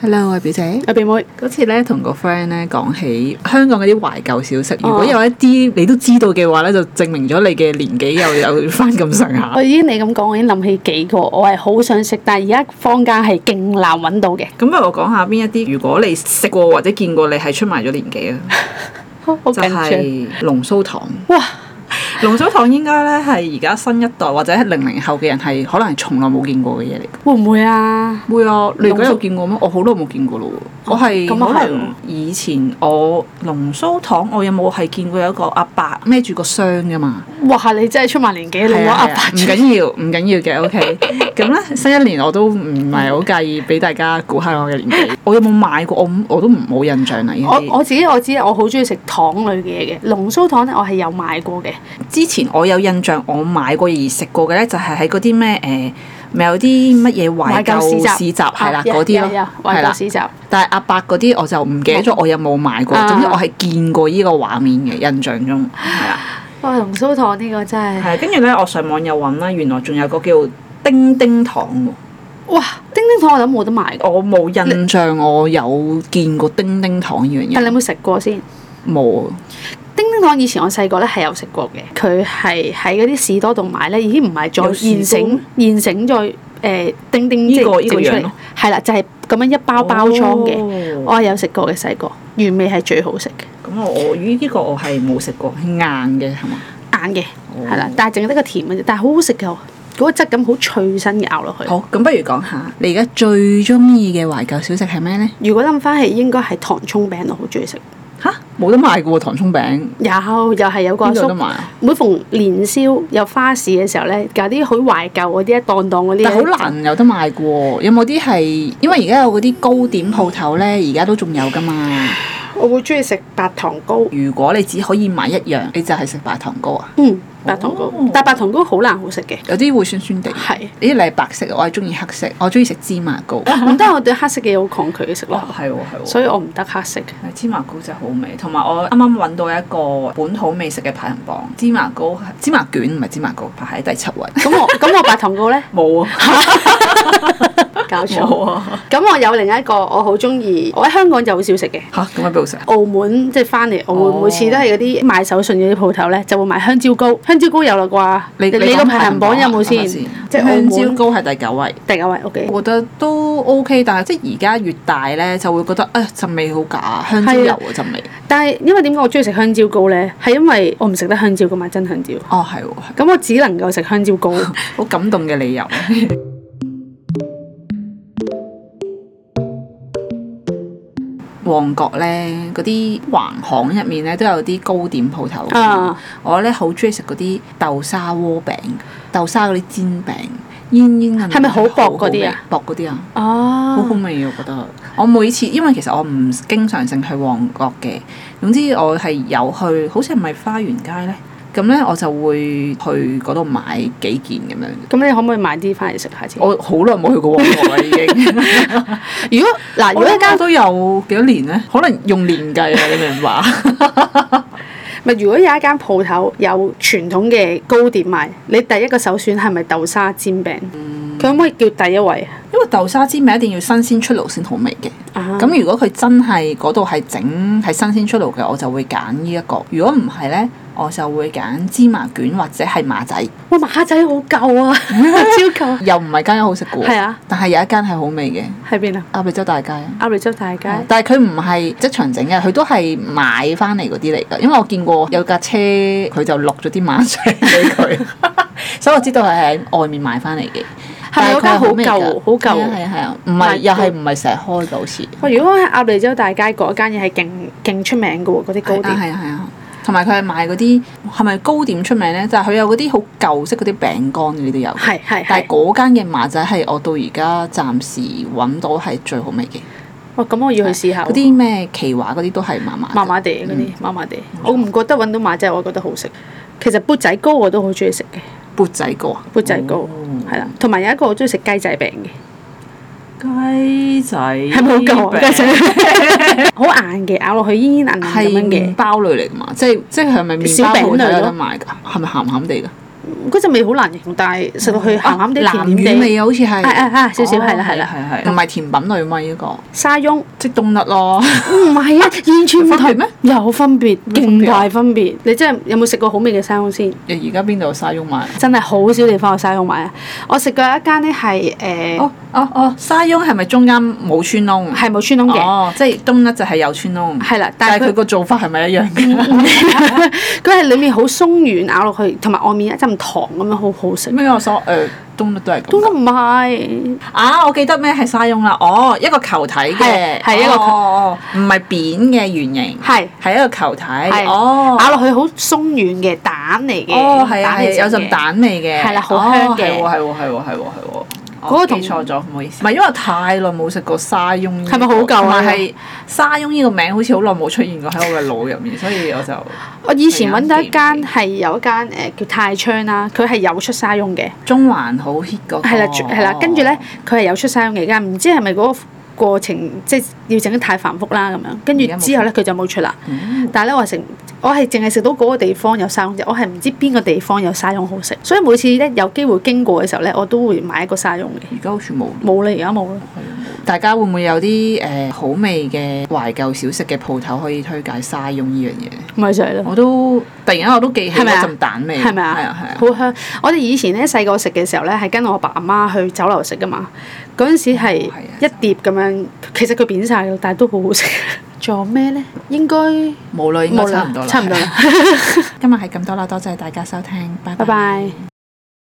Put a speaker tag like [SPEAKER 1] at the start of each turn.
[SPEAKER 1] Hello，我係表姐。
[SPEAKER 2] 阿表妹，
[SPEAKER 1] 嗰次咧同個 friend 咧講起香港嗰啲懷舊小食，如果有一啲你都知道嘅話咧，就證明咗你嘅年紀又有翻咁上下
[SPEAKER 2] 我。已經你咁講，我已經諗起幾個，我係好想食，但係而家坊間係勁難揾到嘅。
[SPEAKER 1] 咁不如我講下邊一啲，如果你食過或者見過，你係出賣咗年紀啊，
[SPEAKER 2] 好好
[SPEAKER 1] 就
[SPEAKER 2] 緊張。
[SPEAKER 1] 係龍鬚糖。
[SPEAKER 2] 哇！
[SPEAKER 1] 龍鬚糖應該咧係而家新一代或者零零後嘅人係可能係從來冇見過嘅嘢嚟。
[SPEAKER 2] 會唔會啊？
[SPEAKER 1] 會啊！你而家
[SPEAKER 2] 龍鬚
[SPEAKER 1] 有見過咩？我好耐冇見過咯喎。我係
[SPEAKER 2] 咁啊
[SPEAKER 1] 可
[SPEAKER 2] 係
[SPEAKER 1] 能以前我龍鬚糖，我有冇係見過有一個阿伯孭住個箱㗎嘛？
[SPEAKER 2] 哇！你真係出埋年紀，你攞阿伯
[SPEAKER 1] 啊唔緊要，唔緊要嘅，OK。咁 咧新一年我都唔係好介意俾大家估下我嘅年紀。我有冇買過？我唔我都唔冇印象啦。已經
[SPEAKER 2] 我我自己我知，啊我好中意食糖類嘅嘢嘅，龍鬚糖咧我係有買過嘅。
[SPEAKER 1] 之前我有印象，我買過而食過嘅咧，就係喺嗰啲咩誒，咪有啲乜嘢懷舊市集係啦
[SPEAKER 2] 啊
[SPEAKER 1] 嗰啲
[SPEAKER 2] 有有有
[SPEAKER 1] 咯，係
[SPEAKER 2] 懷
[SPEAKER 1] 啦
[SPEAKER 2] 舊。市集。
[SPEAKER 1] 但係阿伯嗰啲我就唔記得咗，我有冇買過。
[SPEAKER 2] 啊
[SPEAKER 1] 總之我係見過呢個畫面嘅印象中，係啦。
[SPEAKER 2] 哇！龍鬚糖呢個真係，
[SPEAKER 1] 係跟住咧，我上網又揾啦，原來仲有個叫叮叮糖喎。
[SPEAKER 2] 哇！叮叮糖我諗冇得買過，
[SPEAKER 1] 我冇印象，我有見過叮叮糖呢樣
[SPEAKER 2] 但你
[SPEAKER 1] 嘢，
[SPEAKER 2] 有冇食過先？
[SPEAKER 1] 冇啊。
[SPEAKER 2] 叮叮糖以前我細個咧係有食過嘅，佢係喺嗰啲士多度買咧，已經唔係
[SPEAKER 1] 有
[SPEAKER 2] 再
[SPEAKER 1] 士多
[SPEAKER 2] 現成現成再誒、呃叮叮
[SPEAKER 1] 呢
[SPEAKER 2] 即
[SPEAKER 1] 個
[SPEAKER 2] 係整
[SPEAKER 1] 呢個
[SPEAKER 2] 出
[SPEAKER 1] 樣
[SPEAKER 2] 嚟
[SPEAKER 1] 咯，
[SPEAKER 2] 係啦、就係、咁樣一包包裝嘅，
[SPEAKER 1] 哦
[SPEAKER 2] 我係有食過嘅細個，原味係最好食嘅，
[SPEAKER 1] 咁我我呢呢個我係冇食過，係硬嘅係嘛？
[SPEAKER 2] 硬嘅
[SPEAKER 1] 哦
[SPEAKER 2] 係啦，但係淨係得個甜嘅啫，但係好好食嘅，嗰、個質感好脆身嘅咬落去。
[SPEAKER 1] 好，咁不如講下你而家最中意嘅懷舊小食係咩呢？
[SPEAKER 2] 如果諗翻起應該係糖葱餅，我好中意食。
[SPEAKER 1] 吓，冇得賣嘅喎，糖葱餅
[SPEAKER 2] 有又係有個阿
[SPEAKER 1] 邊度有
[SPEAKER 2] 叔
[SPEAKER 1] 得賣啊？
[SPEAKER 2] 每逢年宵有花市嘅時候咧，搞啲好懷舊嗰啲一檔檔嗰啲呢，
[SPEAKER 1] 但好難有得賣嘅喎，有冇啲係因為而家有嗰啲糕點鋪頭呢，而家都仲有噶嘛？
[SPEAKER 2] 我會中意食白糖糕，
[SPEAKER 1] 如果你只可以買一樣，你就係食白糖糕啊？
[SPEAKER 2] 嗯，白糖糕，
[SPEAKER 1] 哦
[SPEAKER 2] 但白糖糕好難好食嘅，
[SPEAKER 1] 有啲會酸酸地。
[SPEAKER 2] 係。
[SPEAKER 1] 咦，你係白色，我係中意黑色，我中意食芝麻糕。
[SPEAKER 2] 咁但係我對黑色嘅嘢好抗拒食咯，
[SPEAKER 1] 啊係喎，係
[SPEAKER 2] 所以我唔得黑色。
[SPEAKER 1] 係芝麻糕真係好味，同埋我啱啱揾到一個本土美食嘅排行榜，芝麻糕、芝麻卷唔係芝麻糕，排喺第七位。
[SPEAKER 2] 咁我 咁我白糖糕咧
[SPEAKER 1] 冇啊，
[SPEAKER 2] 搞錯。
[SPEAKER 1] 冇啊！
[SPEAKER 2] 咁我有另一個我好中意，我喺香港就好少食嘅。
[SPEAKER 1] 嚇，咁喺邊度食啊？
[SPEAKER 2] 澳門即係翻嚟澳門，
[SPEAKER 1] 哦
[SPEAKER 2] 每次都係嗰啲賣手信嗰啲鋪頭咧，就會賣香蕉糕。香蕉糕有啦啩？
[SPEAKER 1] 你
[SPEAKER 2] 你個排行榜有冇先？
[SPEAKER 1] 即
[SPEAKER 2] 即
[SPEAKER 1] 係
[SPEAKER 2] 係澳
[SPEAKER 1] 香
[SPEAKER 2] 門
[SPEAKER 1] 蕉糕係第九位。
[SPEAKER 2] 第九位，OK。
[SPEAKER 1] 我覺得都 OK，但係即係而家越大咧，就會覺得誒陣味好假，香蕉
[SPEAKER 2] 係啊
[SPEAKER 1] 油嗰陣味。
[SPEAKER 2] 但係因為點解我中意食香蕉糕咧？係因為我唔食得香蕉噶嘛，真香蕉。
[SPEAKER 1] 哦，係喎，係
[SPEAKER 2] 咁我只能夠食香蕉糕。
[SPEAKER 1] 好感動嘅理由。旺角咧，嗰啲橫巷入面咧都有啲糕點鋪頭。
[SPEAKER 2] 啊
[SPEAKER 1] 我咧好中意食嗰啲豆沙鍋餅、豆沙嗰啲煎餅，煙煙韌韌
[SPEAKER 2] 係咪好薄嗰啲啊？
[SPEAKER 1] 好好味薄嗰啲啊！
[SPEAKER 2] 哦
[SPEAKER 1] 好好味啊！我覺得我每次因為其實我唔經常性去旺角嘅，總之我係有去，好似係咪花園街呢？咁呢，我就會去嗰度買幾件咁樣。
[SPEAKER 2] 咁你可唔可以買啲翻嚟食下先？
[SPEAKER 1] 我好耐冇去過旺角啦，已 經。
[SPEAKER 2] 如果嗱，如
[SPEAKER 1] 我
[SPEAKER 2] 果
[SPEAKER 1] 一
[SPEAKER 2] 一
[SPEAKER 1] 家
[SPEAKER 2] 間
[SPEAKER 1] 都有幾多年呢？可能用年計啊，你明唔明白？
[SPEAKER 2] 咪如果有一間鋪頭有傳統嘅糕點賣，你第一個首選係咪豆沙煎餅？
[SPEAKER 1] 嗯
[SPEAKER 2] 佢可唔可以叫第一位啊？
[SPEAKER 1] 因為豆沙煎餅一定要新鮮出爐先好味嘅。咁
[SPEAKER 2] 咁
[SPEAKER 1] 如果佢真係嗰度係整係新鮮出爐嘅，我就會揀呢一個。如果唔係呢，我就會揀芝麻卷或者係馬仔。
[SPEAKER 2] 哇馬仔好舊 啊，超舊。
[SPEAKER 1] 又唔係間間好食嘅喎，
[SPEAKER 2] 係啊
[SPEAKER 1] 但係有一間係好味嘅，
[SPEAKER 2] 喺邊啊？
[SPEAKER 1] 鴨脷洲大街。
[SPEAKER 2] 鴨脷洲大街。
[SPEAKER 1] 但係佢唔係即場整嘅，佢都係買翻嚟嗰啲嚟㗎。因為我見過有架車，佢就落咗啲馬仔俾佢， 所以我知道佢係喺外面買翻嚟嘅。
[SPEAKER 2] 係咪嗰間好舊啊好
[SPEAKER 1] 但係佢係好味㗎
[SPEAKER 2] 舊
[SPEAKER 1] 係啊係啊，唔係
[SPEAKER 2] 賣
[SPEAKER 1] 又係唔係成日開嘅好似。
[SPEAKER 2] 哇！如果喺鴨脷洲大街嗰間嘢係勁勁出名嘅喎，嗰啲糕
[SPEAKER 1] 啊
[SPEAKER 2] 點。
[SPEAKER 1] 係啊係啊，同埋佢係賣嗰啲係咪糕點出名咧？就係佢有嗰啲好舊式嗰啲餅乾嗰啲都有。
[SPEAKER 2] 係係
[SPEAKER 1] 但係
[SPEAKER 2] 係。
[SPEAKER 1] 嗰間嘅馬仔係我到而家暫時揾到係最好味嘅。
[SPEAKER 2] 哇！咁我要去試下喎。
[SPEAKER 1] 嗰啲嗯咩奇華嗰啲都係麻麻。
[SPEAKER 2] 麻麻地嗰啲，麻麻地。我唔覺得揾到馬仔，我覺得好食。其實缽仔糕我都好中意食嘅，
[SPEAKER 1] 缽仔糕啊！
[SPEAKER 2] 缽仔糕係啦，同埋有一個我中意食雞仔餅嘅，
[SPEAKER 1] 雞仔係
[SPEAKER 2] 係咪好舊啊？雞仔 好硬嘅，咬落去煙煙韌韌咁
[SPEAKER 1] 係
[SPEAKER 2] 樣
[SPEAKER 1] 麵
[SPEAKER 2] 嘅，
[SPEAKER 1] 包類嚟㗎嘛？即係即係係咪麵包
[SPEAKER 2] 小餅
[SPEAKER 1] 鋪頭
[SPEAKER 2] 類
[SPEAKER 1] 有
[SPEAKER 2] 咯
[SPEAKER 1] 得賣㗎？係咪鹹鹹地㗎？
[SPEAKER 2] 嗰陣味好難形容，但係食落去鹹鹹地、
[SPEAKER 1] 啊南乳
[SPEAKER 2] 甜甜地，
[SPEAKER 1] 味啊，好似係
[SPEAKER 2] 係係係少少係啦係啦
[SPEAKER 1] 係係，同埋甜品類咪嗰個，
[SPEAKER 2] 沙翁。
[SPEAKER 1] 即冬甩咯。
[SPEAKER 2] 唔係啊，完全唔
[SPEAKER 1] 哦有分別
[SPEAKER 2] 同
[SPEAKER 1] 咩？咩分別
[SPEAKER 2] 有分別，勁
[SPEAKER 1] 啊
[SPEAKER 2] 大分別。你真係有冇食過好味嘅沙翁先？
[SPEAKER 1] 而家邊度有沙翁賣？啊
[SPEAKER 2] 真係好少地方有沙翁賣啊！我食過一間咧係誒
[SPEAKER 1] 哦哦哦，沙翁係咪中間冇穿窿？
[SPEAKER 2] 係冇穿窿嘅，
[SPEAKER 1] 哦，即係冬甩就係有穿窿。
[SPEAKER 2] 係啦，但
[SPEAKER 1] 但
[SPEAKER 2] 係
[SPEAKER 1] 係佢
[SPEAKER 2] 佢
[SPEAKER 1] 個做法係咪一樣㗎？
[SPEAKER 2] 佢係裡面好鬆軟咬落去，同埋外面一浸糖咁樣，好好 食。
[SPEAKER 1] 咩我所誒冬甩都係咁
[SPEAKER 2] 都
[SPEAKER 1] 㗎。
[SPEAKER 2] 唔係，
[SPEAKER 1] 啊，我記得咩係沙翁啦。哦，一個球體嘅，
[SPEAKER 2] 係係一個球
[SPEAKER 1] 哦，哦哦唔係扁嘅圓形，
[SPEAKER 2] 係
[SPEAKER 1] 係一個球體。
[SPEAKER 2] 係
[SPEAKER 1] 哦，
[SPEAKER 2] 咬落去好鬆軟嘅蛋嚟嘅，
[SPEAKER 1] 哦，係啊，
[SPEAKER 2] 蛋嚟
[SPEAKER 1] 係有
[SPEAKER 2] 整
[SPEAKER 1] 陣
[SPEAKER 2] 嘅。
[SPEAKER 1] 蛋味嘅，
[SPEAKER 2] 係啦好香嘅
[SPEAKER 1] 哦係喎，係喎，係喎，係喎，係喎。
[SPEAKER 2] 嗰
[SPEAKER 1] 我
[SPEAKER 2] 個
[SPEAKER 1] 記
[SPEAKER 2] 同
[SPEAKER 1] 錯咗，唔好意思。唔係因為太耐冇食過沙翁呢個，
[SPEAKER 2] 係咪好舊啊
[SPEAKER 1] 同埋係沙翁呢個名好似好耐冇出現過喺我嘅腦入面，所以我就
[SPEAKER 2] 我以前揾到一
[SPEAKER 1] 啊
[SPEAKER 2] 間係有一間誒叫泰昌啦，佢係有出沙翁嘅，
[SPEAKER 1] 中環好 hit 嗰個。
[SPEAKER 2] 係啦係啦，跟住
[SPEAKER 1] 哦
[SPEAKER 2] 咧佢係有出沙翁嘅，但唔知係咪嗰個過程即係要整得太繁複啦咁樣，跟住
[SPEAKER 1] 而家冇出
[SPEAKER 2] 之後咧佢就冇出啦。
[SPEAKER 1] 嗯，
[SPEAKER 2] 但係咧，我係食，我係淨係食到嗰個地方有沙翁啫，我係唔知邊個地方有沙翁好食，所以每次咧有機會經過嘅時候咧，我都會買一個沙翁嘅。
[SPEAKER 1] 而家好似冇。
[SPEAKER 2] 冇啦，而家冇啦。
[SPEAKER 1] 大家會唔會有啲誒、呃好味嘅懷舊小食嘅鋪頭可以推介沙翁呢樣嘢？
[SPEAKER 2] 咪就係咯，
[SPEAKER 1] 我都突然間我都記起
[SPEAKER 2] 係咪
[SPEAKER 1] 嗰
[SPEAKER 2] 啊
[SPEAKER 1] 陣蛋味，
[SPEAKER 2] 係咪
[SPEAKER 1] 係
[SPEAKER 2] 啊
[SPEAKER 1] 啊係啊？
[SPEAKER 2] 好香！我哋以前咧細個食嘅時候咧，係跟我爸媽去酒樓食噶嘛。嗰陣時係
[SPEAKER 1] 哦係啊
[SPEAKER 2] 一碟咁樣，其實佢扁晒嘅，但係都 好好食。仲有咩咧？應該
[SPEAKER 1] 冇啦，應該
[SPEAKER 2] 冇
[SPEAKER 1] 差唔多啦，
[SPEAKER 2] 差唔多啦。
[SPEAKER 1] 今日係咁多啦，多謝大家收聽，拜
[SPEAKER 2] 拜拜。